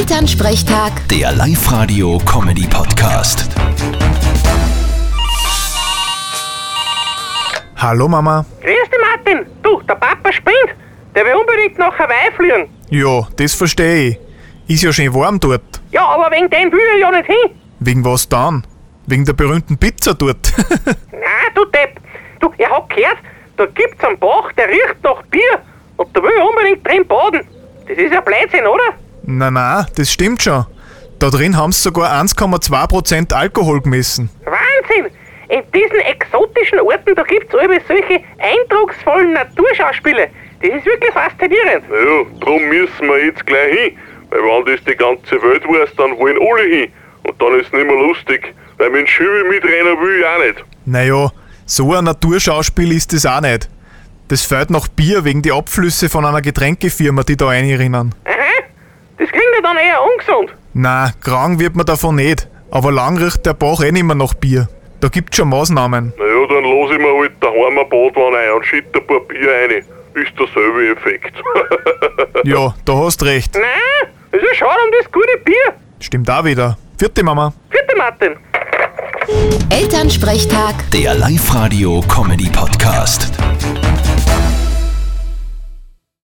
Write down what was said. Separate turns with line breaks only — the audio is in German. Elternsprechtag,
Der Live-Radio-Comedy-Podcast.
Hallo Mama.
Grüß dich, Martin. Du, der Papa spinnt. Der will unbedingt nach Hawaii fliegen.
Ja, das verstehe ich. Ist ja schön warm dort.
Ja, aber wegen dem will ich ja nicht hin.
Wegen was dann? Wegen der berühmten Pizza dort.
Nein, du Depp. Du, er hat gehört, da gibt's einen Bach, der riecht nach Bier. Und da will ich unbedingt drin baden. Das ist ja Blödsinn, oder?
na na, das stimmt schon. Da drin haben sie sogar 1,2% Alkohol gemessen.
Wahnsinn. In diesen exotischen Orten, da gibt's alle solche eindrucksvollen Naturschauspiele. Das ist wirklich faszinierend.
Ja, drum müssen wir jetzt gleich hin. Weil wenn das die ganze Welt weiß, dann wollen alle hin. Und dann ist nicht mehr lustig. Weil mit Schiebe mitrennen will ich auch nicht.
Naja, so ein Naturschauspiel ist es auch nicht. Das fällt noch Bier wegen die Abflüsse von einer Getränkefirma, die da einrinnen.
Aha. Das klingt ja dann eher ungesund.
Na, krank wird man davon nicht. Aber lang riecht der Bach eh nicht mehr nach Bier. Da gibt's schon Maßnahmen.
Naja, dann lass ich mir halt daheim ein Badwanne ein und schütte ein paar Bier rein. Ist derselbe Effekt.
Ja, da hast recht.
Nein, es ist schade um das gute Bier.
Stimmt auch wieder. Vierte Mama.
Vierte Martin.
Elternsprechtag.
Der Live-Radio-Comedy-Podcast.